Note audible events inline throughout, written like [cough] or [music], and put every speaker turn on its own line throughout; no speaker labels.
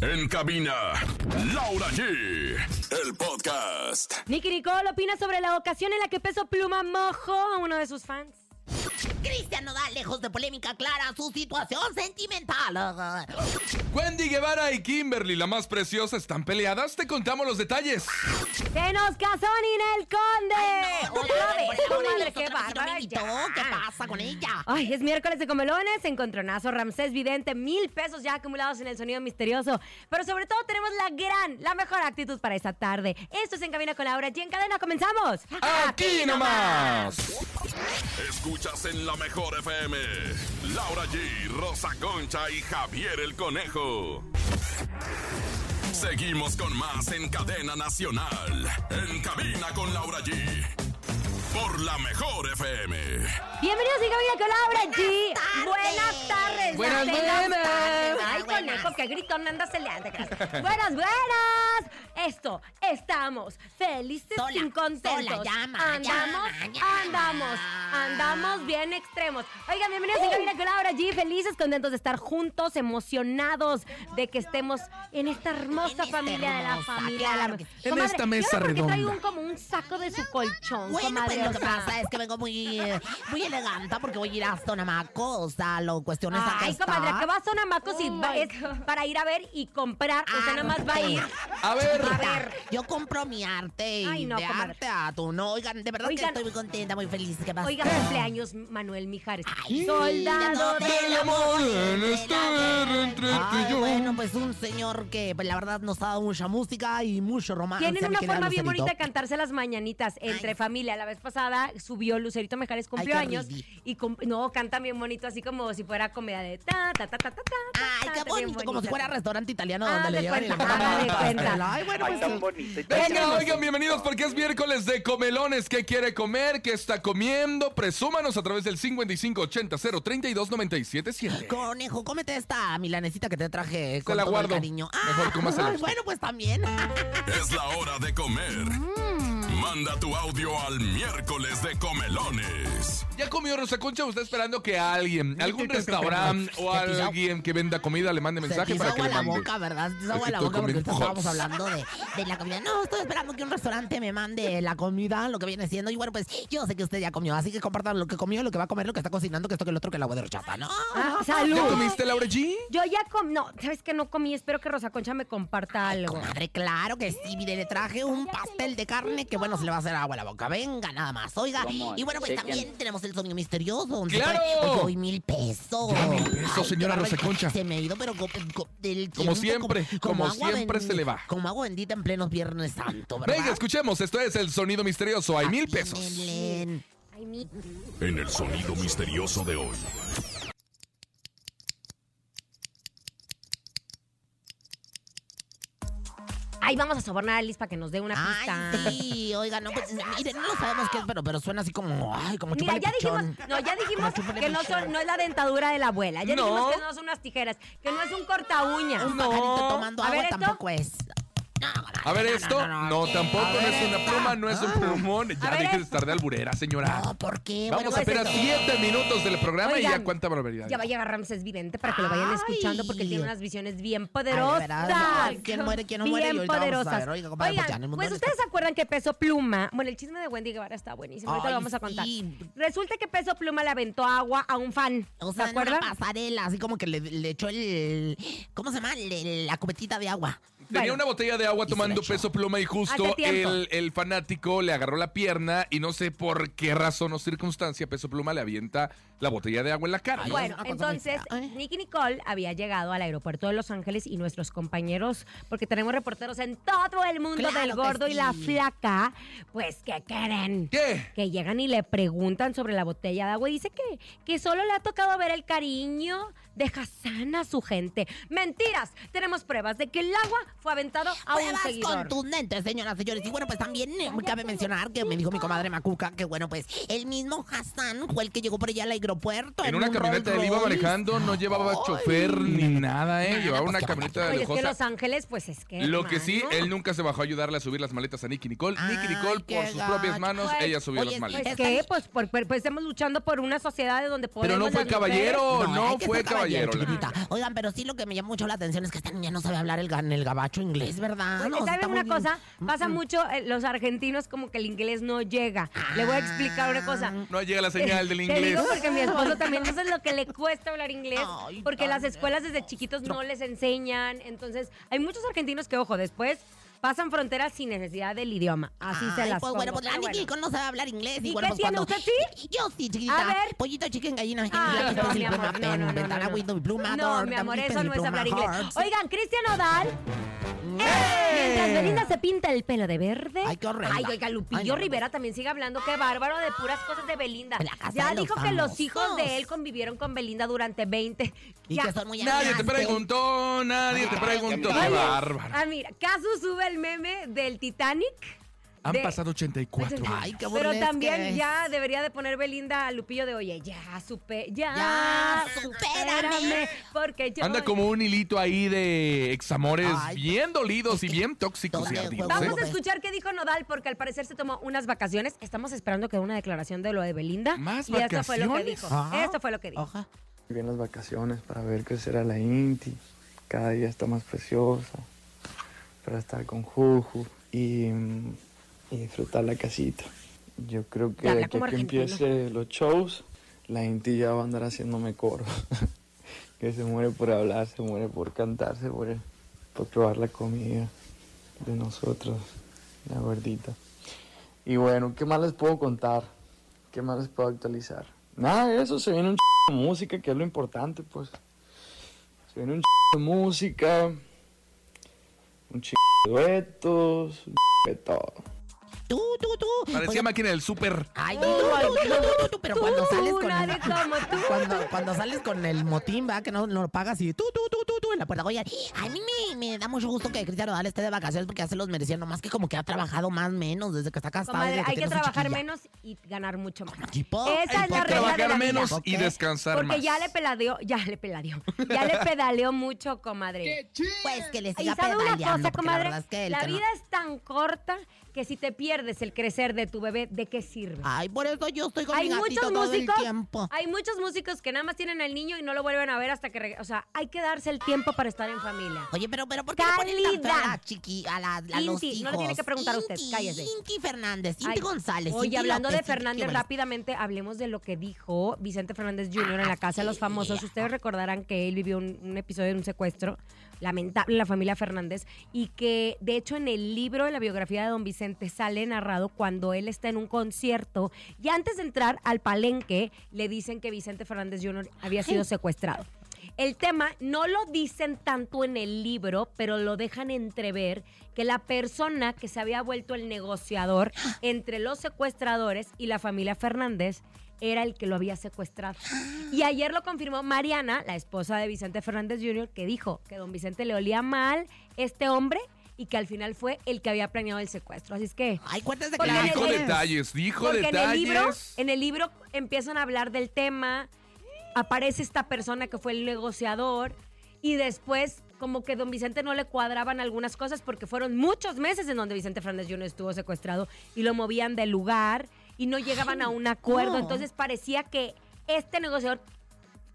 En cabina, Laura G. El podcast.
Nicky Nicole opina sobre la ocasión en la que Peso Pluma mojó a uno de sus fans.
Cristian Nodal, lejos de polémica clara, su situación sentimental.
Wendy Guevara y Kimberly, la más preciosa, están peleadas. Te contamos los detalles.
¡Se nos casó Ninel
Ay,
Conde!
no,
¡Otra
Ay,
vez!
por favor,
¡Madre,
otra
qué
vez que no me
bárbara!
invitó,
ya.
¿Qué pasa con ella?
Ay, es miércoles de comelones, encontronazo, Ramsés Vidente, mil pesos ya acumulados en el sonido misterioso. Pero sobre todo tenemos la gran, la mejor actitud para esta tarde. Esto es En Cabina con Laura G. En cadena, comenzamos.
Aquí nomás.
Escuchas en la mejor FM. Laura G, Rosa Concha y Javier el Conejo. Seguimos con más en cadena nacional. En cabina con Laura G. Por la mejor FM.
Bienvenidos En Cabina con Laura G. Buenas tardes.
Buenas tardes.
Buenas,
apenas
buenas.
tardes. Ay,
Buenas.
conejo, que gritón anda se le anda. Buenas, buenas. Esto, estamos felices
Sola,
sin contentos.
sola, llama,
andamos,
llama, llama.
andamos, andamos bien extremos. Oigan, bienvenidos en Cabina con Laura G. Felices, contentos de estar juntos, emocionados de que estemos en esta
En
hermosa
esta
familia de la
hermosa,
familia. de la-
claro que sí.
En
Comadre,
esta mesa
yo no porque traigo
redonda.
un- como un saco de su colchón,
Bueno,
comadre.
pues lo
o
que
sea.
pasa es que vengo muy, eh, muy elegante porque voy a ir hasta Sonamaco, o sea, lo cuestiones a que
Ay,
está.
comadre, que va a Zona Macos y
Oh,
va-
my
es para ir a ver y comprar. O sea,
Ah,
nada más va a ir.
A ver.
A ver, yo compro mi arte y
Ay, no,
de
comadre.
arte a tú. No, oigan, de verdad
Oigan.
que estoy muy contenta, muy feliz. ¿Qué pasa?
Oiga, cumpleaños Manuel Mijares.
Ah. Ay,
Soldado
soldado
de...
Del amor en esta guerra entre tú
este Ay,
y yo.
bueno, pues un señor que pues, la verdad nos ha dado mucha música y mucho romance.
Tienen
mi
una
querida
forma bien
Lucerito.
bonita de cantarse las mañanitas entre
Ay.
familia. La vez pasada subió Lucerito Mijares cumplió
Ay, qué
años
riqui.
y cum- no canta bien bonito así como si fuera comedia de ta ta ta ta ta. ta,
Ay,
ta,
qué
ta, bien
bonito, como si fuera restaurante italiano
Ah,
donde
de
le llevan y le
cuenta,
ponen
ah, de
un
cuenta.
pastel. Ay, bueno,
Ay,
pues
tan bonito. y tan
Venga,
hermoso.
oigan, bienvenidos porque es miércoles de comelones. ¿Qué quiere comer? ¿Qué está comiendo? Presúmanos a través del 5580 032 977.
Conejo, cómete esta milanecita que te traje con
la
todo
guardo.
el cariño. Ah,
Mejor cómasela
ay,
usted.
bueno, pues también.
Es la hora de comer. Manda tu audio al miércoles de comelones.
¿Ya comió Rosa Concha? ¿Usted esperando que alguien, algún restaurante o
Se pisó.
alguien que venda comida le mande
Se te
mensaje
hizo
para que
agua
le
la
mande?
boca, ¿verdad? Se te hizo
Es
agua
que
la
estoy
boca porque
comiendo
estábamos
hot.
hablando de, de la comida. No, estoy esperando que un restaurante me mande la comida, lo que viene siendo. Y bueno, pues yo sé que usted ya comió, así que compartan lo que comió, lo que va a comer, lo que está cocinando, que esto que el otro, que la agua de horchata, ¿no? [laughs]
Ah,
¿Ya
salud.
comiste, Laura G?
Yo ya com no, sabes que no comí, espero que Rosa Concha me comparta algo.
Comadre, claro que sí. Mire, le traje un pastel de carne que, bueno, se le va a hacer agua a la boca. Venga, nada más. Oiga,
¿Cómo?
y bueno, pues
Chequen.
también tenemos el sonido misterioso. donde
¡Claro!
trae- Oye, hoy mil pesos.
Ya, mil pesos,
Ay,
señora
qué
Rosa
barbaridad.
Concha.
Se me ha ido, pero co- co- del tiempo,
Como siempre, como
agua
siempre se le va.
Como agua bendita en plenos Viernes Santo, ¿verdad?
Venga, escuchemos. Esto es el sonido misterioso. Hay mil pesos.
Miren.
Ay, mi-
En el sonido misterioso de hoy.
Ay, vamos a sobornar a Liz para que nos dé una pista.
Ay, sí, oiga, no, pues, miren, no lo sabemos qué es, pero, pero suena así como, ay, como
Mira,
chúpale
ya dijimos,
pichón.
no, ya dijimos
Como chúpale
que no, son-
pichón.
no es la dentadura de la abuela. Ya
No.
dijimos que no son unas tijeras, que no es un corta uña.
Un pajarito tomando
A
agua
ver, esto.
tampoco es. No,
A ver, esto. No, tampoco no es una pluma, no es un plumón.
A
Ya
ver,
dejes de
esto.
estar de alburera, señora.
No, ¿por qué?
Vamos
Bueno, pues,
apenas
esto-
siete minutos del programa y ya
Oigan,
cuánta barbaridad.
Ya va a llegar Ramses Vidente para que lo vayan
Ay.
escuchando porque tiene unas visiones bien
Ay, de
poderosas.
verdad, no, quién muere, quién no muere, y
Bien
ahorita vamos a
poderosas.
ver. Oiga, compadre, pues ya en el mundo
pues
del
ustedes se acuerdan que Peso Pluma, bueno, el chisme de Wendy Guevara está buenísimo, ahorita lo
Ay,
vamos a contar.
sí.
Resulta que Peso Pluma le aventó agua a un fan.
O
¿Se
sea, en una
acuerdan?
pasarela, así como que le, le echó el. ¿Cómo se llama? Le- la cubetita de agua.
Tenía
Bueno.
una botella de agua
se la
tomando
echó.
peso pluma y justo
Hace tiempo.
el, el fanático le agarró la pierna y no sé por qué razón o circunstancia peso pluma le avienta la botella de agua en la cara.
Ay,
¿no?
Bueno,
una cosa
entonces
muy fea. Ay.
Nicky Nicole había llegado al aeropuerto de Los Ángeles y nuestros compañeros, porque tenemos reporteros en todo el mundo
Claro
del
que
gordo y la
sí.
flaca, pues ¿qué quieren?
¿Qué?
Que llegan y le preguntan sobre la botella de agua y dice que, que solo le ha tocado ver el cariño de Hassan a su gente. Mentiras, tenemos pruebas de que el agua fue aventado a un
Pruebas
seguidor.
contundentes, señoras, señores. Y bueno, pues también eh, cabe mencionar que me dijo mi comadre Macuca que, bueno, pues el mismo Hassan fue el que llegó por allá al aeropu- aeropuerto.
En una
un
camioneta
Rolls
él iba
Royce.
manejaba manejando, no llevaba
Ay.
chofer ni nada, ¿eh? Llevaba una
pues, qué
camioneta
Oye, es que
lujosa.
Los Ángeles, pues es que.
Lo que sí,
hermano.
él nunca se bajó a ayudarle a subir las maletas a Nicky Nicole. Nicky
Ay,
Nicole,
qué
por sus
gacho.
propias manos,
Pues,
ella subió
oye,
Pues
las maletas.
Estás-
que, pues, por, por- pues, estamos luchando por una sociedad donde podemos.
Pero no fue
las mujeres-
caballero, no
hay que
fue
ser
caballero. la
chiquitita.
neta.
Oigan, pero sí lo que me llama mucho la atención es que esta niña no sabe hablar el, ga- el gabacho inglés, ¿verdad?
Oye,
No, o sea,
¿Saben
está muy
una
bien. Mm.
cosa? Pasa mucho, eh, los argentinos como que el inglés no llega. Le voy a explicar una cosa.
No llega
[laughs]
la señal del
Te
inglés.
digo porque mi esposo también, entonces lo que le cuesta hablar inglés,
Ay,
porque las
tan
escuelas desde chiquitos no les enseñan, entonces hay muchos argentinos que, ojo, después pasan fronteras sin necesidad del idioma, así se
Ay,
las
pues,
pongo,
bueno, pues la
pero
Nicky
bueno.
Nicole no sabe hablar inglés.
¿Y
bueno,
qué
pues,
tiene?
cuando-
¿Usted sí?
Yo sí, chiquita.
A ver.
Pollito, chicken, gallina.
Ah,
gallina,
no,
pepsi,
mi
pluma,
amor, no,
pen,
no, no,
ventana,
no, no.
window, pluma,
No,
door,
mi amor,
dumpling,
eso no es
pluma,
hablar inglés.
hearts.
Oigan, Cristian Odal. ¡eh! Mientras Belinda se pinta el pelo de verde.
Ay, qué horrenda.
Ay, oiga, Lupillo
Ay, no, no.
Rivera también sigue hablando. Qué bárbaro de puras cosas de Belinda.
En la casa
Ya
de los
dijo que los hijos de
famosos.
él convivieron con Belinda durante 20.
Y
Ya.
que son muy
Nadie te
elegantes.
preguntó, nadie te
Ay,
preguntó.
qué
¡Qué
Oye,
bárbara!
Ah, mira, Casu sube el meme del Titanic.
Han
de-
pasado 84 años.
Ay, qué
Pero
burlesca
también
es.
ya debería de poner Belinda a Lupillo de, oye, ya supe, ya,
Ya, supérame.
Porque yo...
Anda como un hilito ahí de examores
Ay,
bien dolidos y bien tóxicos y
todavía
ardidos,
juego
¿eh?
Vamos a escuchar qué dijo Nodal, porque al parecer se tomó unas vacaciones. Estamos esperando que dé una declaración de lo de Belinda.
¿Más
y esto fue lo que
vacaciones?
dijo.
Ah.
Esto fue lo que dijo.
Oja.
bien las vacaciones para ver qué será la Inti. Cada día está más preciosa para estar con Juju y, mm, y disfrutar la casita. Yo creo que
Habla
de aquí
como
a que
argentino.
empiece los shows, la Inti ya va a andar haciéndome coro. [laughs] que se muere por hablar, se muere por cantar, se muere por probar la comida de nosotros, la gordita. Y bueno, ¿qué más les puedo contar? ¿Qué más les puedo actualizar? Nada de eso, se viene un ch... de música, que es lo importante, pues. Se viene un ch... de música, un ch... de duetos, un ch... de todo.
Tú, tú, tú.
Parecía
Oiga,
máquina del súper.
Ay, tú, tú, tú, tú, tú, tú, pero
Tú,
cuando sales con
nadie como tú.
[laughs] Cuando, cuando sales con el motín, va que no, no lo pagas y tú, tú, tú, tú, tú en la puerta. Oye, a mí me, me da mucho gusto que Cristian Odal esté de vacaciones porque hace los merecía, nomás que como que ha trabajado más menos desde que está casado.
Comadre,
desde que
hay que
tiene su
trabajar
chiquilla.
menos y ganar mucho más.
Equipo,
Esa es la
equipo,
regla de la
Trabajar
vida.
menos y
Ok.
descansar
Porque
más.
ya le peladeó, ya le peladeó, ya le pedaleó mucho, comadre.
Pues que le
Y
siga
sabe una
pedaleando,
cosa,
porque la
comadre,
verdad
la,
es que el que no-
vida es tan corta que si te pierdes el crecer de tu bebé, ¿de qué sirve?
Ay, por eso yo estoy Ah, con
hay
mi gatito
muchos
todo
músicos,
el tiempo.
hay muchos músicos que nada más tienen al niño y no lo vuelven a ver hasta que, reg- o sea, hay que darse el tiempo para estar en familia.
Oye, pero, pero ¿por qué le ponen tan feo a la
Calidad.
chiqui, a, la, a los
Inti,
hijos?
no le tiene que preguntar a usted,
Inti,
cállese.
Inti Fernández, Inti
Ay,
González.
Oye,
Inti
hablando de
López, Inti
Fernández,
Jiménez.
rápidamente hablemos de lo que dijo Vicente Fernández Jr. en la Casa de los
Ah, sí.
Famosos. Ustedes recordarán que él vivió un, un episodio de un secuestro lamentable en la familia Fernández y que, de hecho, en el libro de la biografía de don Vicente sale narrado cuando él está en un concierto y antes de entrar al palenque le dicen que Vicente Fernández Jr. había sido secuestrado. El tema no lo dicen tanto en el libro, pero lo dejan entrever que la persona que se había vuelto el negociador entre los secuestradores y la familia Fernández era el que lo había secuestrado. Y ayer lo confirmó Mariana, la esposa de Vicente Fernández Jr., que dijo que don Vicente le olía mal este hombre y que al final fue el que había planeado el secuestro. Así es que...
Ay, cuéntese que
Porque
la-
en
Dijo
el-
detalles, dijo
Porque en el,
detalles.
libro, en el libro empiezan a hablar del tema, aparece esta persona que fue el negociador y después como que don Vicente no le cuadraban algunas cosas porque fueron muchos meses en donde Vicente Fernández Jr. estuvo secuestrado y lo movían del lugar y no llegaban a un acuerdo.
no.
Entonces parecía que este negociador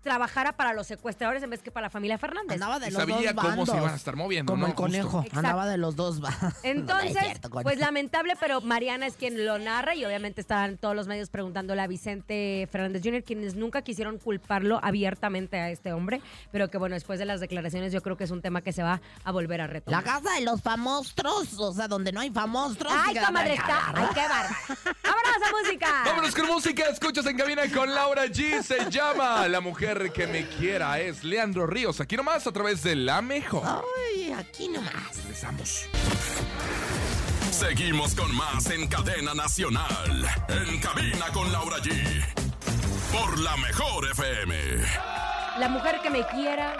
trabajara para los secuestradores en vez que para la familia Fernández.
Andaba de
Pues, Y
los dos
sabía cómo se
bandos.
iban a estar moviendo.
Como
¿no?
el
Justo.
conejo,
Exacto.
andaba de los dos bandos.
[laughs] Entonces, pues lamentable, pero Mariana es quien lo narra y obviamente estaban todos los medios preguntándole a Vicente Fernández Jr., quienes nunca quisieron culparlo abiertamente a este hombre, pero que bueno, después de las declaraciones yo creo que es un tema que se va a volver a
La
retomar.
casa de los famostros, o sea, donde no hay famostros.
¡Ay,
diga,
comadre,
ay,
está! ¡Ay, qué bárbaro! ¡Vámonos a
Ah.
música!
Vámonos con música, escuchas en cabina con Laura G. Se llama La mujer que me quiera es Leandro Ríos. Aquí nomás a través de La Mejor.
Ay, aquí nomás.
Regresamos.
Seguimos con más en Cadena Nacional. En cabina con Laura G. Por la mejor FM.
La mujer que me quiera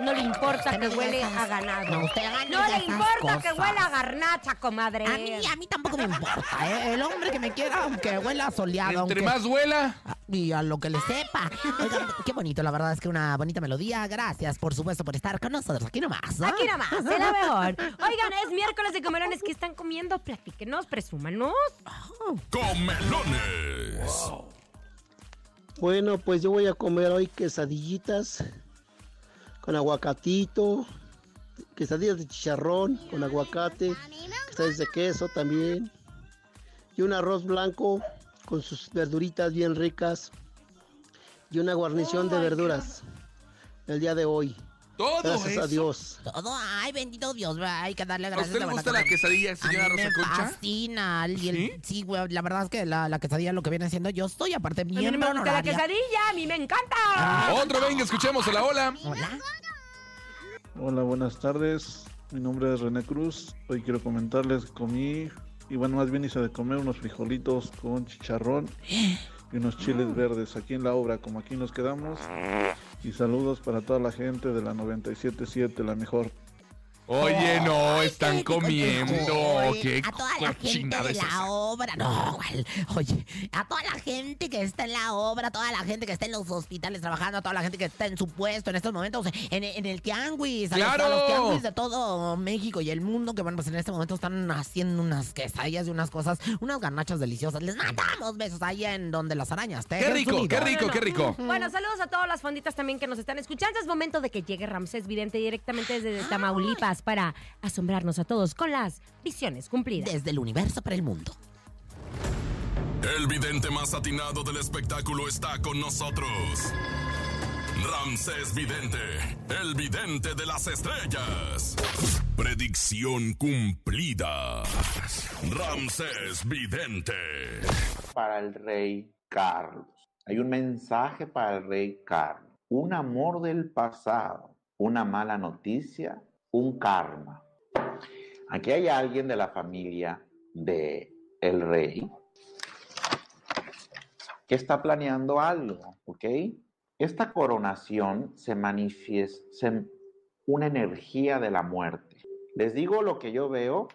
no le importa
Usted no
que
diga
huele
esas-
a ganado.
no, usted haga
No
esas
le importa que
cosas.
huela a garnacha, comadre.
A mí, a mí tampoco me importa, ¿eh? El hombre que me quiera, aunque huela soleado.
Entre
aunque...
más duela,
y a lo que le sepa. Oigan, qué bonito, la verdad es que una bonita melodía. Gracias, por supuesto, por estar con nosotros aquí nomás. ¿ah?
Aquí nada más, es la mejor. Oigan, es miércoles de comelones. ¿Qué están comiendo? Platíquenos, presúmanos.
Comelones.
Bueno, pues yo voy a comer hoy quesadillitas con aguacatito, quesadillas de chicharrón con aguacate, quesadillas de queso también y un arroz blanco con sus verduritas bien ricas y una guarnición de verduras el día de hoy.
Todo
Gracias a
eso.
Dios.
Todo, ay, bendito Dios, ¿verdad? hay que darle
¿A
gracias.
usted le
la
gusta
verdad.
la quesadilla,
A mí
señora Rosa
me
Concha?
fascina. Y el-
¿Sí?
sí, güey, la verdad es que la, la quesadilla lo que viene siendo yo estoy, aparte,
A mí no
bien
me gusta la quesadilla, a mí me encanta.
Otro, venga, escuchemos. Hola, hola.
Hola.
Hola, buenas tardes. Mi nombre es René Cruz. Hoy quiero comentarles que comí, y bueno, más bien hice de comer unos frijolitos con chicharrón y unos chiles verdes aquí en la obra, como aquí nos quedamos. Y saludos para toda la gente de la 977, la mejor.
Oye, no, están
Qué rico,
comiendo.
oye,
Qué
A toda la gente
cochinada
de
es
la
esa.
obra. No, güey. Oye, a toda la gente que está en la obra, a toda la gente que está en los hospitales trabajando, a toda la gente que está en su puesto en estos momentos, en, en el tianguis. a los-
¡Claro!
A los tianguis de todo México y el mundo que, bueno, pues en este momento están haciendo unas quesadillas y unas cosas, unas garnachas deliciosas. Les mandamos besos ahí en donde las arañas te
Qué rico, qué rico, qué rico.
Bueno, saludos a todas las fonditas también que nos están escuchando. Es momento de que llegue Ramsés Vidente directamente desde Tamaulipas para asombrarnos a todos con las visiones cumplidas.
Desde el universo para el mundo.
El vidente más atinado del espectáculo está con nosotros. Ramsés Vidente, el vidente de las estrellas. Predicción cumplida. Ramsés Vidente.
para el rey Carlos. Hay un mensaje para el rey Carlos. Un amor del pasado, una mala noticia, un karma. Aquí hay alguien de la familia de el rey que está planeando algo, ¿ok? Esta coronación se manifiesta una energía de la muerte. Les digo lo que yo veo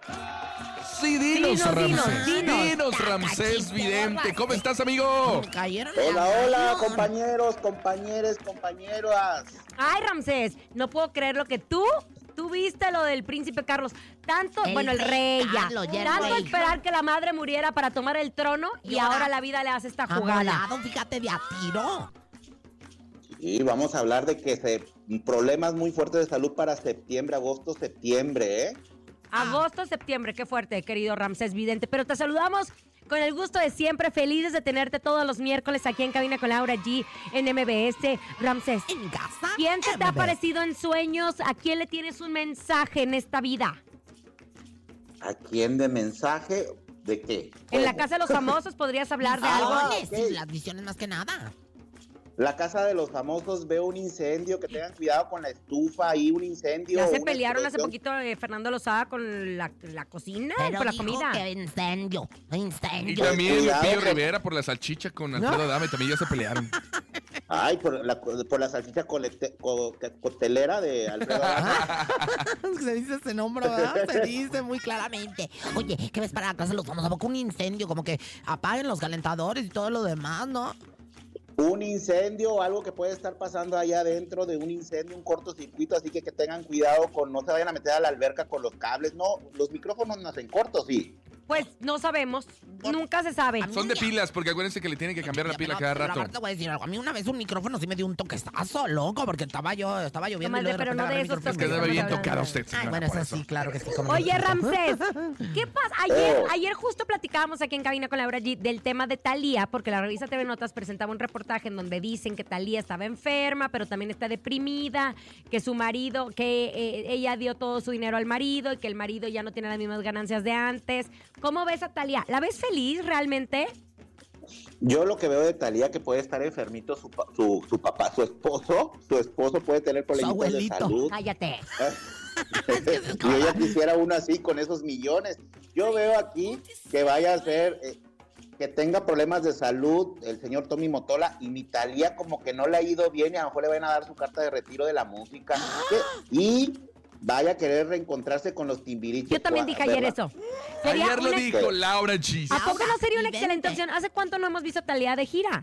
Sí,
Dinos,
dinos,
dinos,
Ramsés.
dinos.
Dinos, Ramsés Vidente. ¿Cómo estás, amigo?
Me cayeron
Hola,
las
hola,
manos.
compañeros, compañeres, compañeras.
Ay, Ramsés, no puedo creer lo que tú, tú viste lo del príncipe Carlos. Tanto,
El
bueno, el
rey
rey ya.
Carlos, ya el
Tanto
rey.
esperar que la madre muriera para tomar el trono y,
Y ahora-
ahora, la vida le hace esta jugada.
Amolado, fíjate, de a tiro.
Y vamos a hablar de que se problemas muy fuertes de salud para septiembre, agosto, septiembre, ¿eh?
Ah.
Agosto, septiembre, qué fuerte, querido Ramsés Vidente. Pero te saludamos con el gusto de siempre, felices de tenerte todos los miércoles aquí en Cabina con Laura G en MBS. Ramsés,
En mi casa.
¿quién se te
MB.
ha parecido en sueños? ¿A quién le tienes un mensaje en esta vida?
¿A quién de mensaje? ¿De qué? Pues,
En la
Oh.
¿Cómo?
casa de los famosos podrías
[laughs]
hablar de
Ah,
algo. Ah,
Visiones,
ok.
sí, las visiones más que nada.
La casa de los famosos veo un incendio, que tengan cuidado con la estufa ahí, un incendio.
Ya se
una
pelearon hace
explosión.
poquito eh, Fernando Lozada con la, la cocina,
Pero
con la
dijo
comida.
que incendio,
Y
incendio.
también
cuidado,
Pío
con-
Rivera por la salchicha con Alfredo Adame. También ya se pelearon.
Ay, por la, por la salchicha colete- co- co- costelera de Alfredo. Adame.
Ah.
[laughs]
[laughs] Se dice ese nombre, ¿verdad? Se dice muy claramente. Oye, ¿qué ves para la casa? Los vamos a poco un incendio, como que apaguen los calentadores y todo lo demás, ¿no?
un incendio o algo que puede estar pasando allá adentro de un incendio, un cortocircuito, así que que tengan cuidado con no se vayan a meter a la alberca con los cables. No, los micrófonos nacen cortos, sí.
Pues no sabemos, nunca se sabe.
A mí
Son de
ya-
pilas, porque acuérdense que le tienen que cambiar la
Ya,
pila
pero-
cada
pero
rato.
aparte te voy a decir algo. A mí una vez un micrófono sí me dio un toquezazo, loco, porque estaba yo, estaba lloviendo. y
Comadre,
luego
pero
repente
no de
agarré el
esos
micrófono
Es
y
que
me
estamos
debe bien
dio-
hablando.
tocada usted,
Ay,
señora,
bueno,
por
eso
eso.
sí, claro que sí. cómo no.
Oye, Ramsés, ¿qué pasa? Ayer,
Oh.
ayer justo platicábamos aquí en Cabina con Laura G del tema de Talía, porque la revista TV Notas presentaba un reportaje en donde dicen que Talía estaba enferma, pero también está deprimida, que su marido, que eh, ella dio todo su dinero al marido y que el marido ya no tiene las mismas ganancias de antes. ¿Cómo ves a Talía? ¿La ves feliz realmente?
Yo lo que veo de Talía que puede estar enfermito su, pa- su, su papá, su esposo, su esposo puede tener problemas de
abuelito.
salud.
Cállate.
[laughs] y ella quisiera uno así con esos millones. Yo veo aquí que vaya a ser, eh, que tenga problemas de salud el señor Tommy Motola y mi Talía como que no le ha ido bien y a lo mejor le van a dar su carta de retiro de
[gasps]
la música. Que- Y vaya a querer reencontrarse con los timbiriches.
Yo también dije ayer
¿verdad?
eso. Sería
Ayer lo
una-
dijo Laura G.
¿A poco no sería una
Vidente.
excelente opción? ¿Hace cuánto no hemos visto a Talía de gira?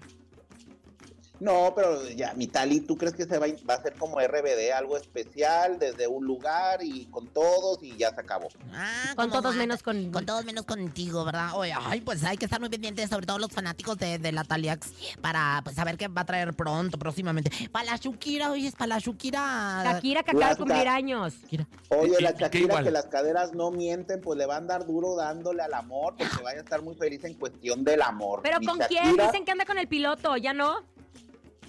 No, pero ya, mi Tali, ¿tú crees que se va, va a ser como RBD, algo especial, desde un lugar y con todos y ya se acabó?
Ah,
Con
como
todos
va-
menos con-
Con todos menos contigo, ¿verdad? Oye, ay, pues hay que estar muy pendientes, sobre todo los fanáticos de, de la Taliax, para pues, saber qué va a traer pronto, próximamente. Para la Shukira, oye, es para la Shukira.
Shakira que acaba de
Lasta.
cumplir años.
Oye,
Y-
la
y- y que
Shakira,
igual.
que las caderas no mienten, pues le va a andar duro dándole al amor, porque vaya a estar muy feliz en cuestión del amor.
¿Pero
Mi
con quién?
Shakira-
Dicen que anda con el piloto, ¿ya no?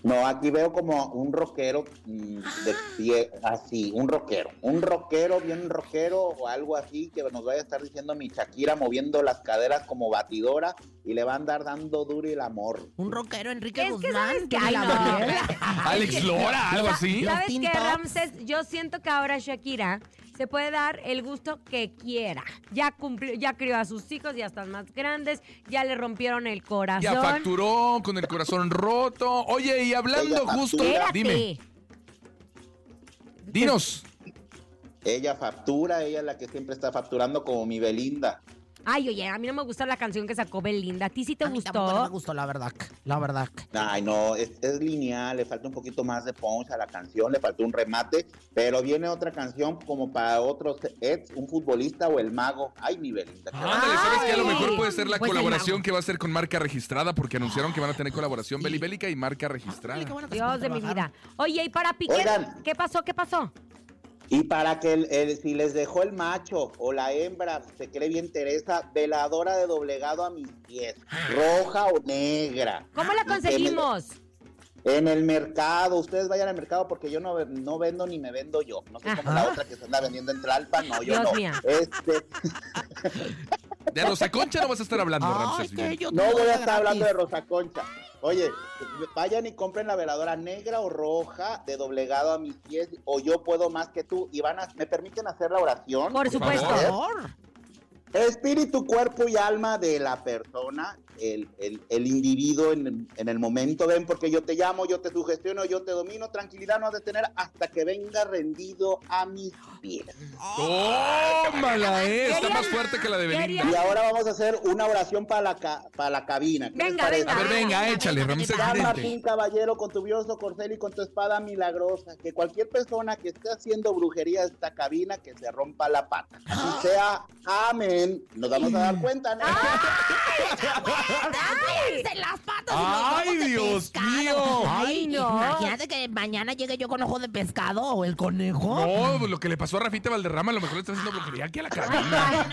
No, aquí veo como un rockero mm, de
Ah.
pie, así, un rockero, un rockero, bien rockero o algo así, que nos vaya a estar diciendo mi Shakira moviendo las caderas como batidora y le va a andar dando duro el amor.
Un rockero Enrique
Es que
Guzmán.
sabes que-
ni
ay,
la
no. [laughs]
abuela.
Ah,
Alex Lora, algo así.
Los
¿Sabes
Teen
qué,
Tops.
Ramses? Yo siento que ahora Shakira se puede dar el gusto que quiera. Ya cumplió, ya crió a sus hijos, ya están más grandes, ya le rompieron el corazón.
Ya facturó con el corazón roto. Oye, y hablando
Ella
justo,
Espérate.
dime, dinos.
Ella factura, ella es la que siempre está facturando como mi Belinda.
Ay, oye, a mí no me gusta la canción que sacó Belinda. ¿A ti sí te
A mí tampoco no me
gustó?
gustó, la verdad. La verdad.
Ay, no, es, es lineal, le falta un poquito más de punch a la canción, le faltó un remate, pero viene otra canción como para otros ex, un futbolista o el mago. Ay, mi Belinda. qué
Ándale, ¿sabes qué? A lo
Pues, Ay.
mejor puede ser la
Pues el
colaboración
mago.
que va a ser con marca registrada, porque anunciaron que van a tener colaboración Beli Bélica y marca registrada.
Qué bueno que se
Dios de mi vida.
trabajaron.
Oye, y para Piqué,
Oigan.
¿qué pasó? ¿Qué pasó?
Y para que el, el- si les dejó el macho o la hembra, se cree bien Teresa, veladora de doblegado a mis pies, roja o negra.
¿Cómo la
Y que me-
conseguimos?
En el mercado, ustedes vayan al mercado porque yo no, ve- no vendo ni me vendo yo. No sé como
Ajá.
la otra que se anda vendiendo en Tlalpan, no, yo
Dios
no.
mía.
Este,
De Rosa Concha no vas a estar hablando,
Ay,
Ramses.
que
bien.
yo
no
te
voy a
gratis.
estar hablando de Rosa Concha. Oye, vayan y compren la veladora negra o roja de doblegado a mis pies o yo puedo más que tú. Y van a, ¿me permiten hacer la oración?
Por
favor.
supuesto.
Por favor.
Espíritu, cuerpo y alma de la persona, el, el- el individuo en, en el momento, ven, porque yo te llamo, yo te sugestiono, yo te domino, tranquilidad no has de tener hasta que venga rendido a mis pies.
tómala, eh. Está
Quería-
más fuerte que la de Belinda.
Y ahora vamos a hacer una oración para la, ca- para la cabina. ¿Qué les
Venga,
parece?
venga.
A ver, venga, échale, Ramses.
Ya
vidente.
Martín Caballero con tu vioso corcel y con tu espada milagrosa. Que cualquier persona que esté haciendo brujería a esta cabina que se rompa la pata.
[gasps]
Así sea, amén. Nos vamos a dar cuenta, ¿no?
Ah.
¡Cállense las patas! y los
Ay,
ojos de
Dios
pescado!
mío.
Ay, no.
Imagínate que mañana llegue yo con ojo de pescado o el conejo.
No, pues lo que le pasó a Rafita Valderrama, a lo mejor le está haciendo brujería aquí a la cabina.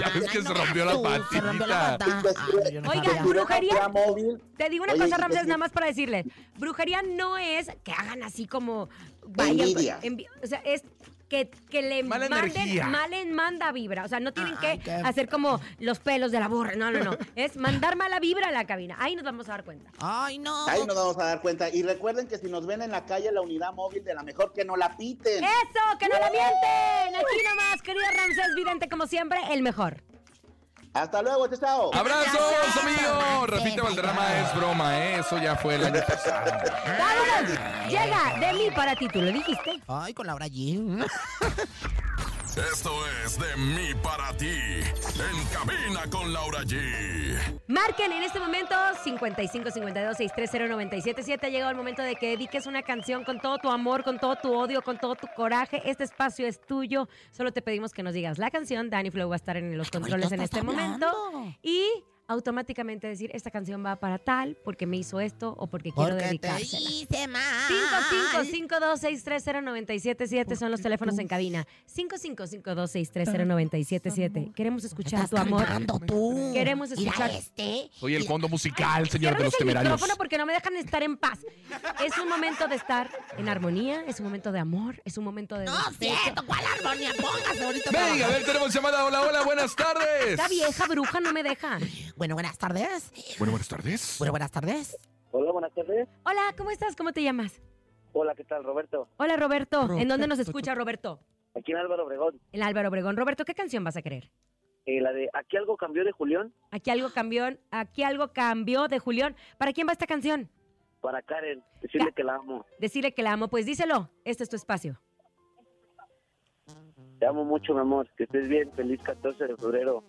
Ya ves que se rompió la
Se rompió la
patita.
pata. Ay, Ah, yo no
Oigan,
sabía.
Si no,
brujería.
sea móvil,
Te digo una
Oye,
cosa,
y- pues
Ramses,
y-
nada más para decirles. Brujería no es que hagan así como... vayan-
Envidia.
envi- o sea, es que, que le
Mala
manden...
energía.
malen- manda vibra. O sea, no tienen
Ay,
que
qué-
hacer como los pelos de la burra. No, no, no. es mandar mala vibra a la cabina. Ahí nos vamos a dar cuenta.
Ay, no.
ahí nos vamos a dar cuenta. Y recuerden que si nos ven en la calle, la unidad móvil de la mejor que no la piten.
¡Eso! ¡Que no la mienten! Aquí nomás, querido Ramses Vidente, como siempre, el mejor.
Hasta luego, chao, chao.
¡Abrazos, amigos! Rafita Valderrama es broma, eh. Eso ya fue el año pasado.
¡Vámonos! Llega de mí para ti, tú lo dijiste.
Ay, con Laura G.
Esto es de mí para ti. En cabina con Laura G.
Marquen en este momento 55 52 630 977. Ha llegado el momento de que dediques una canción con todo tu amor, con todo tu odio, con todo tu coraje. Este espacio es tuyo. Solo te pedimos que nos digas la canción. Dani Flow va a estar en los controles en
estás
este momento.
hablando.
Y automáticamente decir, esta canción va para tal porque me hizo esto o porque quiero
Porque te
dedicársela.
hice mal.
5552630977 son los teléfonos en cabina. 5552630977. Queremos escuchar
Estás
tu amor.
cantando tú.
Queremos escuchar-
Mira este.
Soy el fondo musical, señor de
Ciérrame
los
el
temerarios.
micrófono porque no me dejan estar en paz. Es un momento de estar en armonía, es un momento de amor, es un momento de.
No,
respeto.
cierto. ¿Cuál armonía? Póngase ahorita.
Venga, a
trabajar.
ver, tenemos llamada. Hola, hola, buenas tardes.
Esta vieja bruja no me deja.
Bueno, buenas tardes.
Bueno, buenas tardes.
Bueno, buenas tardes.
Hola, buenas tardes.
Hola, ¿cómo estás? ¿Cómo te llamas?
Hola, ¿qué tal, Roberto?
Hola, Roberto. ¿En dónde nos
Roberto.
escucha, Roberto?
Aquí en Álvaro Obregón.
El Álvaro Obregón. Roberto, ¿qué canción vas a querer?
Eh, la de Aquí algo cambió de Julián
Aquí algo cambió, aquí algo cambió de Julián. ¿Para quién va esta canción?
para Karen. Decirle que la amo.
Decirle que la amo, pues díselo. Este es tu espacio.
Te amo mucho, mi amor. Que estés bien. Feliz 14 de febrero.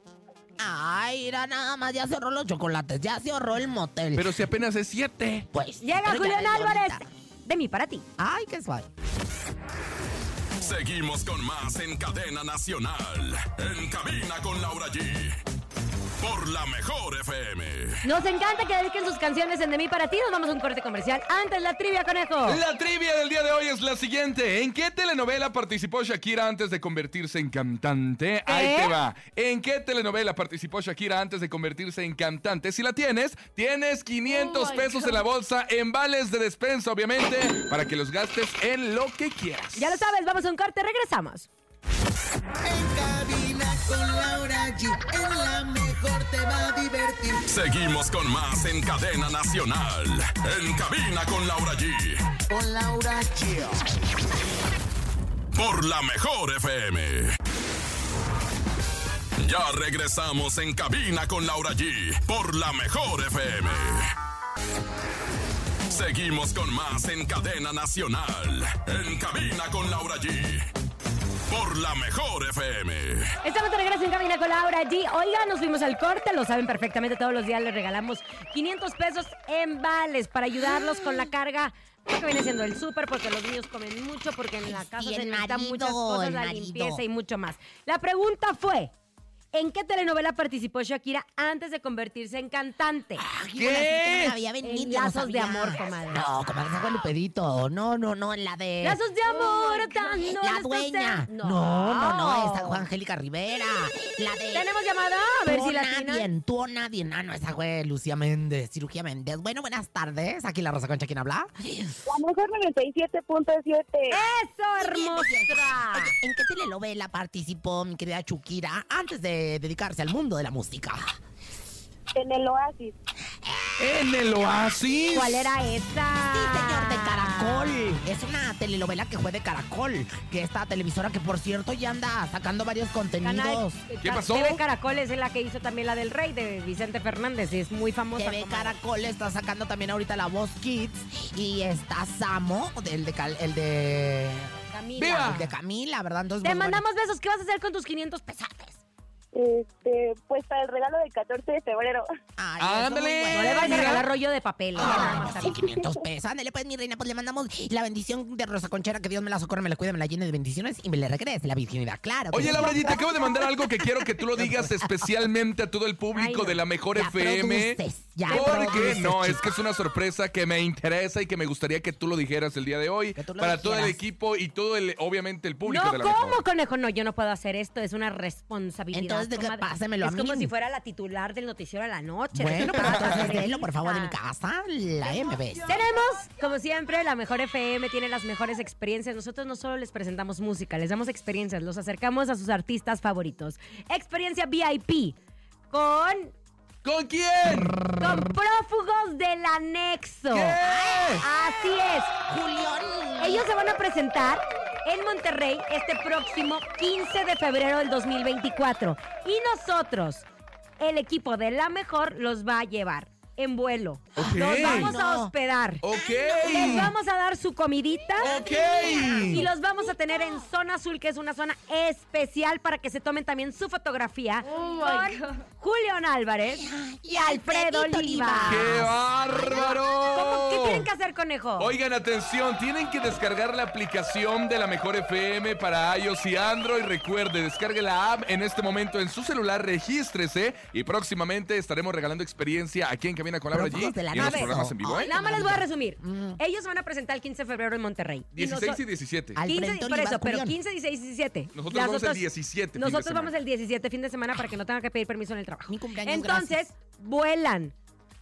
Ay, mira, nada más ya se ahorró los chocolates, ya se ahorró el motel.
Pero si apenas es siete.
pues.
Llega
pero ya
Julián
ves,
Álvarez.
bonita.
De mí para ti.
Ay, qué suave.
Seguimos con más en Cadena Nacional. En cabina con Laura G. Por la mejor FM.
Nos encanta que dediquen sus canciones en De mí para ti. Nos vamos a un corte comercial. Antes la trivia, conejo.
La trivia del día de hoy es la siguiente. ¿En qué telenovela participó Shakira antes de convertirse en cantante? Ahí
¿Eh?
te va. ¿En qué telenovela participó Shakira antes de convertirse en cantante? Si la tienes, tienes 500
Oh my
pesos en la bolsa, en vales de despensa, obviamente, para que los gastes en lo que quieras.
Ya lo sabes, vamos a un corte, regresamos.
Seguimos con más en Cadena Nacional. En cabina con Laura G.
Con Laura
Por la mejor FM. Ya regresamos en cabina con Laura G. Por la mejor FM. Seguimos con más en cadena nacional. En cabina con Laura G. Por la mejor FM.
Estamos de regreso en Cabina con Laura G. Oiga, nos fuimos al corte, lo saben perfectamente, todos los días les regalamos 500 pesos en vales para ayudarlos con
[gasps]
la carga lo que viene siendo el súper, porque los niños comen mucho, porque en la casa
sí,
se
el
necesitan
marido,
muchas cosas,
el
la
marido.
limpieza y mucho más. La pregunta fue, ¿en qué telenovela participó Shakira antes de convertirse en cantante?
¿Qué? había venido,
En
no
Lazos de
sabía.
Amor, comadre.
No, comadre, esa fue Lupedito. No, no, no, la de...
Lazos de amor, tan no
la
estás
dueña.
en-
No, no, no, esa fue Angélica Rivera. La de...
¿Tenemos llamada? A ver
Tú
si la
nadie,
tienen.
tú nadie. Ah, no, esa fue Lucía Méndez, cirugía Méndez. Bueno, buenas tardes. Aquí la Rosa Concha, ¿quién habla?
La mejor 97.7.
¡Eso, hermosa!
Oye, ¿en qué telenovela participó mi querida Chuquira antes de dedicarse al mundo de la música?
En el oasis.
En el oasis.
¿Cuál era esa?
Sí, señor, de Caracol. Es una telenovela que fue de Caracol. Que esta televisora que, por cierto, ya anda sacando varios
Canal,
contenidos.
¿Qué
Ca-
pasó?
TV Caracol es la que hizo también la del Rey de Vicente Fernández. y Es muy famosa.
TV
comadre.
Caracol está sacando también ahorita la voz Kids. Y está Samo, el de... Cal- el de...
Camila.
¡Viva!
el de Camila, ¿verdad? Entonces,
Ah. Te
pues, bueno.
mandamos besos. ¿Qué vas a hacer con tus 500 pesates?
Este, pues para el regalo del 14 de febrero.
Ay,
Ándale.
eso, muy
No
bueno.
le vas a
mira.
regalar rollo de papel. ¿eh? Nada
Ah,
más a
sí,
mí.
500 pesos. Ándale, pues, mi reina, pues le mandamos la bendición de Rosa Conchera, que Dios me la socorra, me la cuide, me la llene de bendiciones y me le regrese la virginidad, claro. que
Oye,
sí.
Laura, G, te acabo de mandar algo que quiero que tú lo digas especialmente a todo el público
Ay, no.
de la mejor
Ya
FM.
produces, ya
porque
produces,
no, es
chica.
que es una sorpresa que me interesa y que me gustaría que tú lo dijeras el día de hoy
Que tú lo
para todo el
dijeras.
equipo y todo el, obviamente, el público
No,
de la
¿cómo,
mejor.
conejo? No, yo no puedo hacer esto. Es una responsabilidad.
Entonces, ¿de qué?
comadre.
Pásemelo a
Es como
mí.
si fuera la titular del noticiero a la noche.
Bueno, pero
Responsabilidad.
entonces denlo, por favor, de
Ah.
mi casa, la MBS.
Tenemos, como siempre, la mejor FM, tiene las mejores experiencias. Nosotros no solo les presentamos música, les damos experiencias, los acercamos a sus artistas favoritos. Experiencia VIP con,
¿Con quién?
con prófugos del anexo.
¿Qué?
Así es.
Julián.
Ellos se van a presentar en Monterrey este próximo 15 de febrero del 2024. Y nosotros, el equipo de la mejor, los va a llevar en vuelo.
Ok.
Los vamos a
No.
hospedar.
Ok.
Les vamos a dar su comidita.
Ok.
Y los vamos a tener en Zona Azul, que es una zona especial para que se tomen también su fotografía con Julián Álvarez Oh y Alfredo
Alfredito
Oliva.
¡Qué
¿Cómo? ¿Qué tienen
bárbaro!
que hacer, conejo?
Oigan, atención, tienen que descargar la aplicación de la Mejor FM para iOS y Android. Recuerde, descargue la app en este momento en su celular, regístrese y próximamente estaremos regalando experiencia aquí en Camina con Laura G.
Prófugos de la
Y en los
nave.
programas en vivo, ¿eh?
Nada más les voy a resumir.
Mm.
Ellos van a presentar el 15 de febrero en Monterrey. Y
16 y
noso-
17.
Al
15,
frente
por
Olivar
eso, pero
Julián.
15, 16 y 17.
Nosotros
Las
vamos el
otras-
17. fin de
Nosotros
semana.
vamos el 17 fin de semana para que no tengan que pedir permiso en el trabajo.
Mi cumpleaños,
Entonces,
gracias.
vuelan,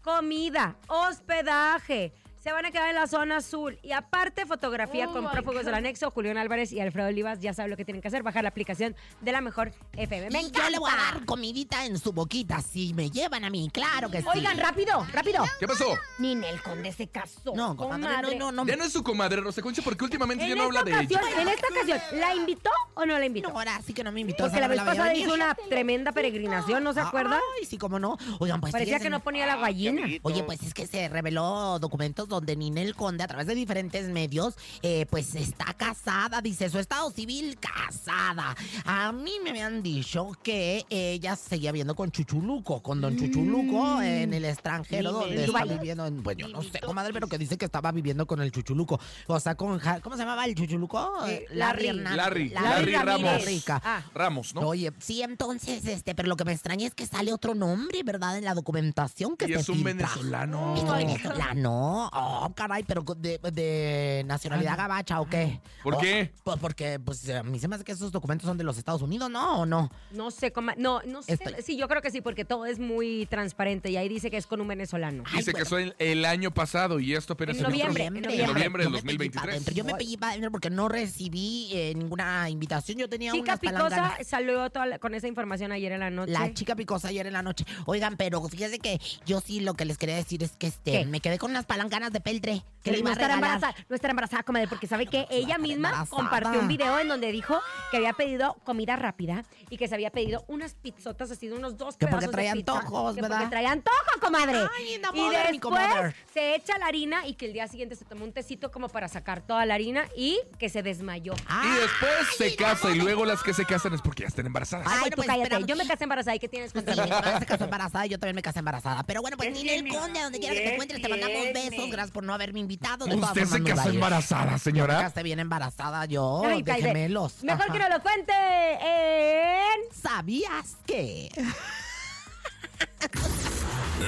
comida, hospedaje. Se van a quedar en la zona azul. Y aparte, fotografía con prófugos del anexo, Julián Álvarez y Alfredo Olivas. Ya saben lo que tienen que hacer, bajar la aplicación de la mejor FM. ¡Me
Y Yo le voy a
encanta!
dar comidita en su boquita si me llevan a mí, claro que sí.
Oigan, rápido, rápido.
¿Qué pasó?
Ninel Conde se casó.
no, comadre,
comadre.
no, no, no.
Ya no es su comadre Rosa Concha porque últimamente ya
En
no
esta,
habla de ella.
ocasión, en esta ocasión, ¿la invitó o no la invitó?
No, ahora sí que no me invitó.
Porque
esa
la
no
vez
veía
pasada
venir.
hizo una tremenda peregrinación, ¿no se acuerdan?
Ay, sí, cómo no. Oigan, pues
Parecía
fíjense-
que no ponía la gallina.
Oye, pues es que se reveló documentos donde Ninel Conde, a través de diferentes medios, eh, pues está casada, dice su estado civil casada. A mí me habían dicho que ella se seguía viendo con Chuchuluco, con don
Mm.
Chuchuluco eh, en el extranjero,
Ninel
donde está
Dubai.
viviendo en, bueno, yo no sé, comadre, pero que dice que estaba viviendo con el Chuchuluco. O sea, con, Ja- ¿cómo se llamaba el Chuchuluco?
Eh,
Eh,
Larry.
Hernández.
Larry, Larry Ramos.
Rica.
Ah,
Ramos, ¿no?
Oye, sí, entonces, este, pero lo que me extraña es que sale otro nombre, ¿verdad? En la documentación que
y
se
es un
filtra.
venezolano.
Es un venezolano. Oh, caray, pero de, de nacionalidad gabacha o qué.
Ah, ¿Por
Oh,
qué?
Pues porque, pues, a mí se me hace que esos documentos son de los Estados Unidos, ¿no? ¿O no?
no sé, coma- no, no sé.
Estoy-
Sí, yo creo que sí, porque todo es muy transparente y ahí dice que es con un venezolano.
Dice que soy el, el año pasado y esto apenas
En noviembre,
otro-
en
en noviembre
Yo
del
me pellí para
2023.
adentro, Yo me pellí para adentro porque no recibí eh, ninguna invitación. Yo tenía
Chica
unas palanganas.
Picosa salió toda la- con esa información ayer en la noche.
La chica picosa ayer en la noche. Oigan, pero fíjense que yo sí lo que les quería decir es que este,
¿Qué?
me quedé con unas palanganas de peltre. Que le
no
iba a
estará
regalar.
embarazada, no estará embarazada, comadre, porque sabe que
pues, va a
ella
estar
misma
embarazada.
compartió un video en donde dijo que había pedido comida rápida y que se había pedido unas pizzotas así de unos dos
Que
pedazos
porque traía
de pizza,
antojos,
que
¿verdad?
Porque traía antojo, comadre.
Ay, no
y
bother, mi
después
comadre.
se echa la harina y que el día siguiente se tomó un tecito como para sacar toda la harina y que se desmayó.
Ah,
Y después
ay,
se
no,
casa y
no,
luego las que se casan es porque ya están embarazadas.
Ay,
Ay,
bueno,
tú
pues,
cállate.
esperamos.
Yo me casé embarazada. ¿Y qué tienes
Sí,
contra
mi
mí?
hermana se casó embarazada y yo también me casé embarazada. Pero bueno, pues Ninel Conde, a donde quiera que te encuentres, te mandamos besos. Gracias por no haberme invitado. De todas
Usted se
formas, nos
casó
va a ir.
embarazada,
Me
señora.
casé bien embarazada yo,
Ay,
de
cállate.
gemelos.
Mejor
Ajá.
que no lo cuente ¿eh? en...
¿Sabías que?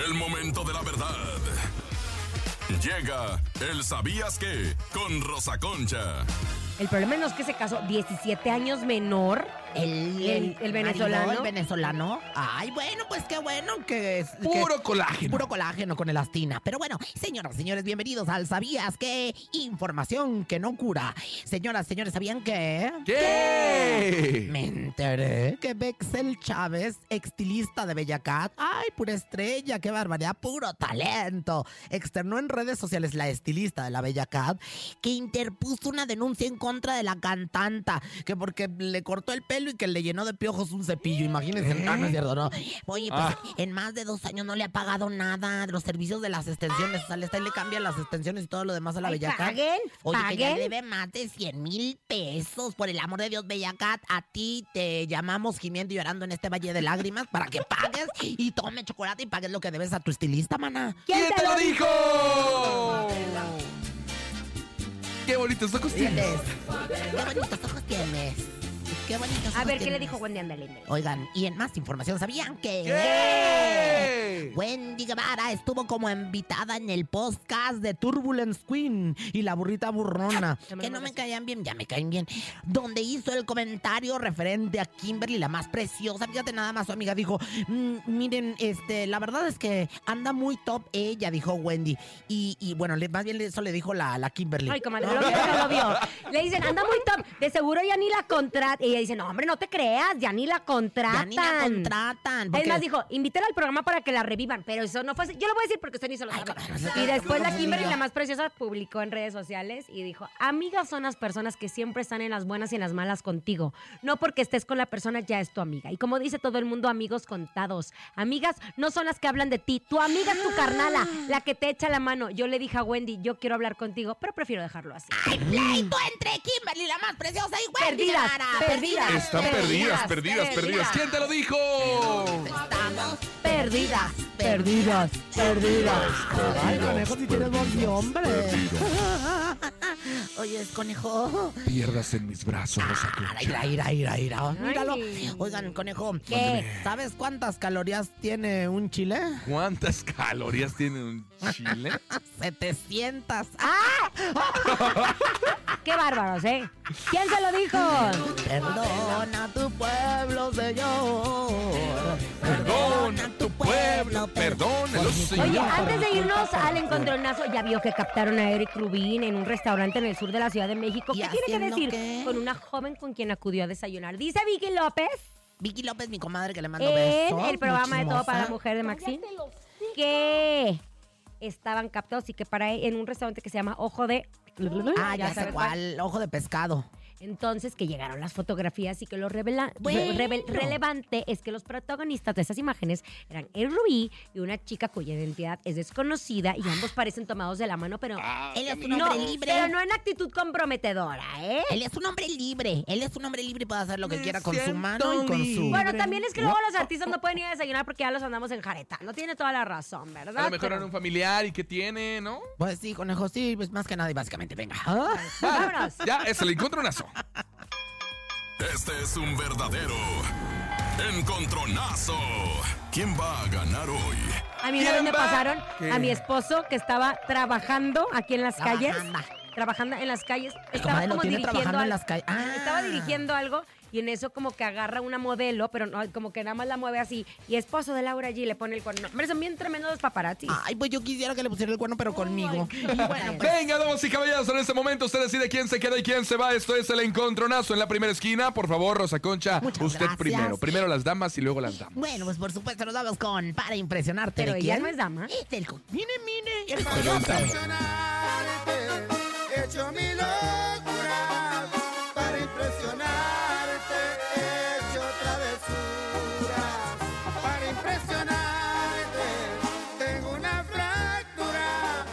El momento de la verdad. Llega el sabías que con Rosa Concha.
El problema no es que se casó 17 años menor.
El,
El- el venezolano.
marido, El venezolano. Ay, bueno, pues qué bueno que es. que
Puro
es
colágeno.
puro colágeno con elastina. Pero bueno, señoras, señores, bienvenidos al ¿Sabías qué? Información que no cura. Señoras, señores, ¿sabían qué?
¿Qué?
Me enteré que Bexel Chávez, extilista de Bellacat, ay, pura estrella, qué barbaridad, puro talento, externó en redes sociales la estilista de la Bellacat que interpuso una denuncia en contra de la cantanta, que porque le cortó el pelo y que le llenó de piojos un cepillo, imagínense, no, no es cierto, no. Oye, pues
Ah.
en más de dos años no le ha pagado nada de los servicios de las extensiones, o sea, le, está y le cambia las extensiones y todo lo demás a la
Ay,
Bellacat.
paguen,
Oye, que ya
paguen.
debe más de 100 mil pesos. Por el amor de Dios, Bellacat, a ti te llamamos gimiendo y llorando en este valle de lágrimas para que pagues y tome chocolate y pagues lo que debes a tu estilista, maná.
¿Quién te lo dijo? Qué bonitos ojos tienes.
Tienes. Qué bonitos ojos tienes. Qué bonitos ojos
A ver, ¿qué le
tienes.
dijo Wendy? Ándale, ándale.
Oigan, y en más información, ¿sabían que...
¿Qué?
Wendy Guevara estuvo como invitada en el podcast de Turbulence Queen y la burrita burrona,
Ya me
que
lo
no me
mandaste.
caían bien, ya me caen bien, donde hizo el comentario referente a Kimberly, la más preciosa. Fíjate nada más, su amiga dijo, "Mm, miren, este, la verdad es que anda muy top ella, dijo Wendy. Y, y bueno, le- más bien eso le dijo la, la Kimberly.
Ay, comadre, lo vio, no lo vio. Le dicen, anda muy top. De seguro ya ni la contrata. Y ella dice, no, hombre, no te creas, ya ni la
Ya
contratan.
ni la contratan.
Es
porque-
más, dijo, invítala al programa para que la revivan. Pero eso no fue así. Yo lo voy a decir porque usted ni se lo
Ay,
sabe.
comadre, no
Y
seas
después la Kimberly,
sencilla.
la más preciosa, publicó en redes sociales y dijo, amigas son las personas que siempre están en las buenas y en las malas contigo. No porque estés con la persona ya es tu amiga. Y como dice todo el mundo, amigos contados. Amigas no son las que hablan de ti. Tu amiga es tu carnala, la que te echa la mano. Yo le dije a Wendy, yo quiero hablar contigo, pero prefiero dejarlo así.
Hay pleito entre Kimberly, la más preciosa, y Wendy
Perdidas,
Guevara.
perdidas,
Están perdidas, perdidas, perdidas. ¿Quién te lo dijo?
Estamos
Perdidas, perdidas, perdidas.
Ay, conejo, si tienes voz de hombre. Oye, es conejo.
Pierdas en mis brazos, Rosa
Ay,
Concha.
ira, ira, ira, ira. Míralo.
Ay.
Oigan, conejo,
¿Qué?
¿sabes cuántas calorías tiene un chile?
¿Cuántas calorías tiene un chile?
700. ¡Ah!
Qué bárbaros, ¿eh? ¿Quién se lo dijo?
Perdona tu pueblo, señor.
Perdona tu pueblo, perdónalo, señor.
Oye, antes de irnos al encontronazo, ya vio que captaron a Eric Rubin en un restaurante en el sur de la Ciudad de México.
¿Y
¿Qué tiene que
haciendo
decir?
qué?
Con una joven con quien acudió a desayunar. Dice Vicky López
Vicky López, mi comadre, que le mando
en
besos.
el programa de Todo para la
mujer.
Mujer de Maxine que estaban captados y que para en un restaurante que se llama Ojo de...
Ah, ya, sé
sabes
cuál, ojo de pescado.
Entonces, que llegaron las fotografías y que lo revela,
Bueno.
re- revel- relevante es que los protagonistas de esas imágenes eran el Rubí y una chica cuya identidad es desconocida y ambos parecen tomados de la mano, pero,
Ah,
Él es un
no,
hombre libre.
pero no en actitud comprometedora, ¿eh?
Él es un hombre libre. Él es un hombre libre y puede hacer lo que
Me
quiera con su
siento
mano y con su.
libre.
Bueno, también es que luego los artistas no pueden ir a desayunar porque ya los andamos en jareta. No tiene toda la razón, ¿verdad?
A lo mejor
Pero-
era un familiar y qué tiene, ¿no?
Pues sí, conejo, sí, pues más que nada y básicamente, venga.
[laughs] Ah. Vámonos.
Ya, es el encontronazo.
Este es un verdadero encontronazo. ¿Quién va a ganar hoy?
A mí
¿Quién
una vez me
va?
pasaron
¿Qué?
a mi esposo que estaba trabajando aquí en las calles.
Trabajando.
Trabajando en las calles. Estaba
Comadre, lo
como
tiene
dirigiendo.
trabajando en
al-
las calles. Ah.
Estaba dirigiendo algo y en eso como que agarra una modelo, pero no, como que nada más la mueve así. Y esposo de Laura allí le pone el cuerno. Hombre, son bien tremendos paparazzi.
Ay, pues yo quisiera que le pusiera el cuerno,
Oh
pero conmigo. Y bueno, pues.
Venga, damas y caballeros, en este momento usted decide quién se queda y quién se va. Esto es el encontronazo en la primera esquina. Por favor, Rosa Concha,
Muchas
usted
gracias.
primero. Primero las damas y luego las damas.
Bueno, pues por supuesto nos vamos con para impresionarte.
Pero
¿De
ella
quién?
no es dama.
Es del co- Mire, mire, el
Pero
coyote.
dama.
He hecho mi locura para impresionarte. He hecho travesuras para impresionarte. Tengo una fractura.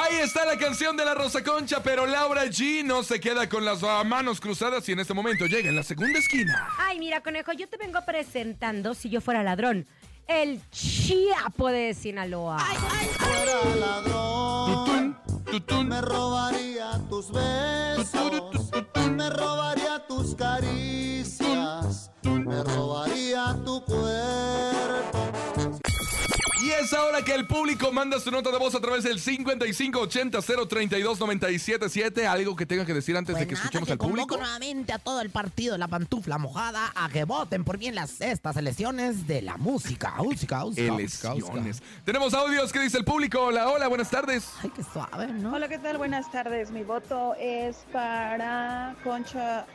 Ahí está la canción de la Rosa Concha, pero Laura G no se queda con las ah, manos cruzadas y en este momento llega en la segunda esquina.
Ay, mira, conejo, yo te vengo presentando, si yo fuera ladrón, el Chiapo de Sinaloa.
pues
Fuera ladrón,
Tutún, tutún,
me robaría tus besos. Me robaría tus caricias, me robaría tu cuerpo.
Y es ahora que el público manda su nota de voz a través del 5580-032-977. Algo que tenga que decir antes
Pues
de que
nada,
escuchemos
que
al público.
convoco nuevamente a todo el partido de la pantufla mojada a que voten por bien las estas elecciones de la música. Música, música, música, música.
Elecciones. Tenemos audios que dice el público. Hola, hola, buenas tardes.
Ay, qué suave, ¿no?
Hola, ¿qué tal? Buenas tardes. Mi voto es para Concha.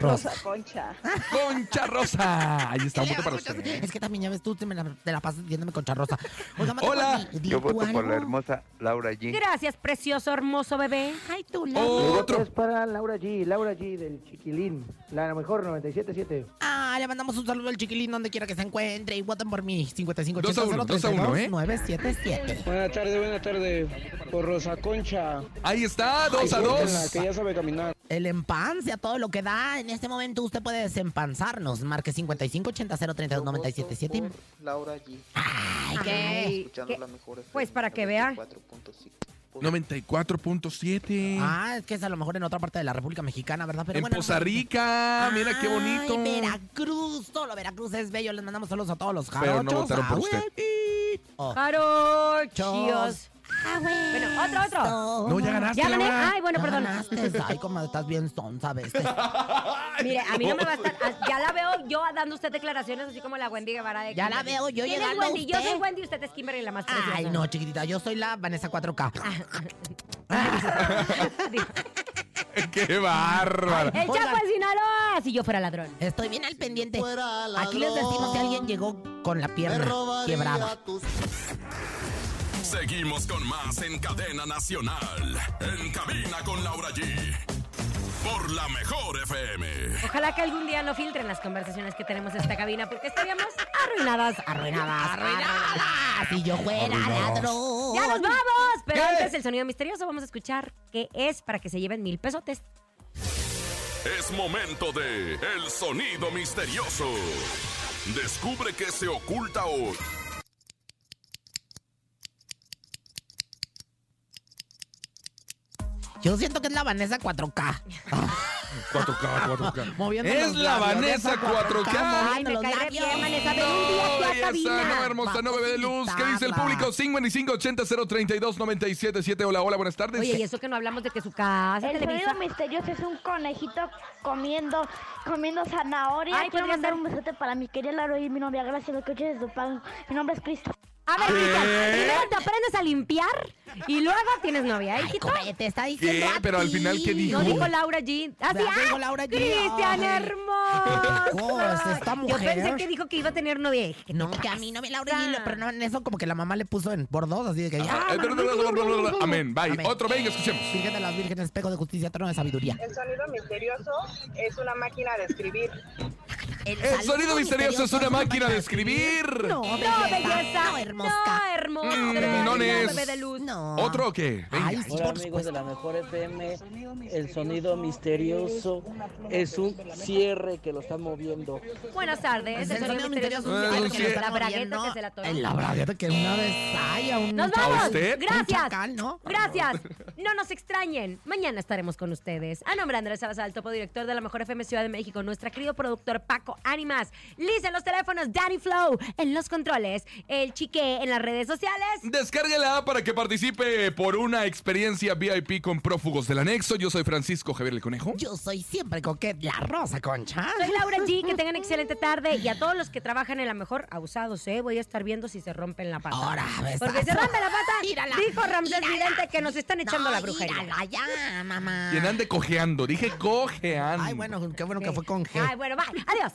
Rosa.
Rosa Concha.
Concha Rosa. Ahí está un voto para
Muchas-
usted.
Es que también ya ves tú, te, me la, te la pasas diciéndome con charrosa. Oiga, Mateo,
Hola.
di- di
Yo
tú
voto por la
algo.
hermosa Laura G.
Gracias, precioso, hermoso bebé.
Ay,
Oh.
tú, la-
Otro.
para Laura G, Laura G del Chiquilín, la mejor 977.
Ah, le mandamos un saludo al chiquilín donde quiera que se encuentre y voten por mí. 55
Dos a uno, dos a uno, ¿eh?
977
Buenas tardes, buenas tardes. Por Rosa Concha.
Ahí está, dos a dos.
ya sabe caminar.
El empance a todo lo que da. En este momento usted puede desempanzarnos. Marque 55 80 032 977.
Laura G.
Ay, qué.
Ay,
Escuchando
qué-
la mejor
Pues para que vean.
94.7.
Ah, es que es a lo mejor en otra parte de la República Mexicana, ¿verdad? Pero
en
bueno, pues,
Poza Rica. Mira qué bonito.
Ay, Veracruz, solo Veracruz es bello. Les mandamos saludos a todos los
Pero
jarochos.
no votaron por
Ah,
usted.
güey. Oh.
Jarochos.
Ah, güey.
Bueno, otro, otro.
No, ya ganaste,
Ya gané.
Laura.
Ay, bueno,
Ya
perdón.
ganaste. Ay, comadre, estás bien sonsa a
[laughs]
veces.
Mire, a mí no me va a
[laughs]
estar. a- Ya la veo yo dando usted declaraciones así como la Wendy Guevara de
Ya la
Kimberly.
veo yo
¿Quién es
llegando a
Wendy? Yo soy
usted.
Wendy y usted es Kimberly la más preciosa.
Ay, no, chiquitita, yo soy la Vanessa 4K.
[laughs] Digo,
[laughs] qué bárbaro.
El Chapo de Sinaloa, si yo fuera ladrón.
Estoy bien al pendiente. Aquí les decimos que alguien llegó con la pierna quebrada.
Seguimos con más en Cadena Nacional. En cabina con Laura G. Por la mejor FM.
Ojalá que algún día no filtren las conversaciones que tenemos en esta cabina porque estaríamos arruinadas, arruinadas, arruinadas.
Ah, si yo fuera
Arruinados.
ladrón.
¡Ya nos vamos! Pero
¿Qué?
antes el sonido misterioso, vamos a escuchar qué es para que se lleven mil pesotes.
Es momento de El Sonido Misterioso. Descubre qué se oculta hoy.
Yo siento que es la Vanessa 4K.
4K, 4K.
Moviendo
es
los
la
labios,
Vanessa
esa 4K.
4K.
Ay, me
los
cae re
labios.
bien, Vanessa. Ven un día aquí a
Ay, esa no,
cabina.
hermosa, no
Vamos
bebé
a
de luz. ¿Qué dice el
invitarla.
público? 5580-032-977. Hola, hola, buenas tardes.
Oye, y eso que no hablamos de que su casa,
El
Televisa.
sonido misterioso es un conejito comiendo, comiendo zanahoria.
Ay,
Quiero
pues
podría
mandar
ser.
un besote para mi querida Laura y mi novia. Gracias, lo que oyes de su pan. Mi nombre es Cristo.
A ver,
¿Qué?
Cristian, primero te aprendes a limpiar y luego tienes novia, ¿eh, hijito?
te está
diciendo ¿Qué? a Pero al ti. final, ¿qué dijo?
No dijo Laura G. Ah, sí,
Vea,
ah,
dijo Laura G.
Cristian
Ay,
hermoso.
Dios, esta
Yo
mujer.
pensé que dijo que iba a tener novia. Dije,
No, que a mí no me Laura G, pero no, en eso como que la mamá le puso en por dos, así de que ya.
Eh, bla, bla, bla, bla, bla, bla. Amén, bye.
Amén.
Otro, venga, escuchemos.
Virgen de las vírgenes, espejo de justicia, trono de sabiduría.
El sonido misterioso es una máquina de escribir.
El sonido misterioso es una máquina de escribir.
No,
No,
belleza.
belleza.
No, hermosca.
No, hermosa.
Mm,
no,
nones.
bebé de luz.
No.
¿Otro o qué? Venga.
Ah. Ay, sí,
Hola
por
amigos
supuesto.
de la mejor FM, el sonido misterioso es un cierre que lo está moviendo.
Buenas tardes.
Es
El sonido misterioso.
es un
es un
cierre.
cierre. La bragueta que se la atoró.
En la bragueta que una vez hay a un
Nos
chacal,
vamos.
usted?
un
Gracias.
chacal, ¿no?
Gracias. No nos extrañen. Mañana estaremos con ustedes. A nombre de Andrés Salazar, el topo director de la Mejor FM Ciudad de México, nuestro querido productor Paco Ánimas, Liz en los teléfonos, Danny Flow en los controles, el chique en las redes sociales.
Descargue la app para que participe por una experiencia VIP con prófugos del anexo. Yo soy Francisco Javier el Conejo.
Yo soy siempre coquet, la rosa concha.
Soy Laura G, que tengan excelente tarde y a todos los que trabajan en la mejor, abusados, ¿eh? Voy a estar viendo si se rompen la pata.
Ahora, besazo.
Porque se rompe la pata,
Mírala,
dijo Ramsés
mírala.
Vidente que nos están echando
No,
la brujería.
mírala ya, mamá.
Quien ande cojeando. Dije cojeando.
Ay, bueno, qué bueno que fue con G.
Ay, bueno, bye. Adiós.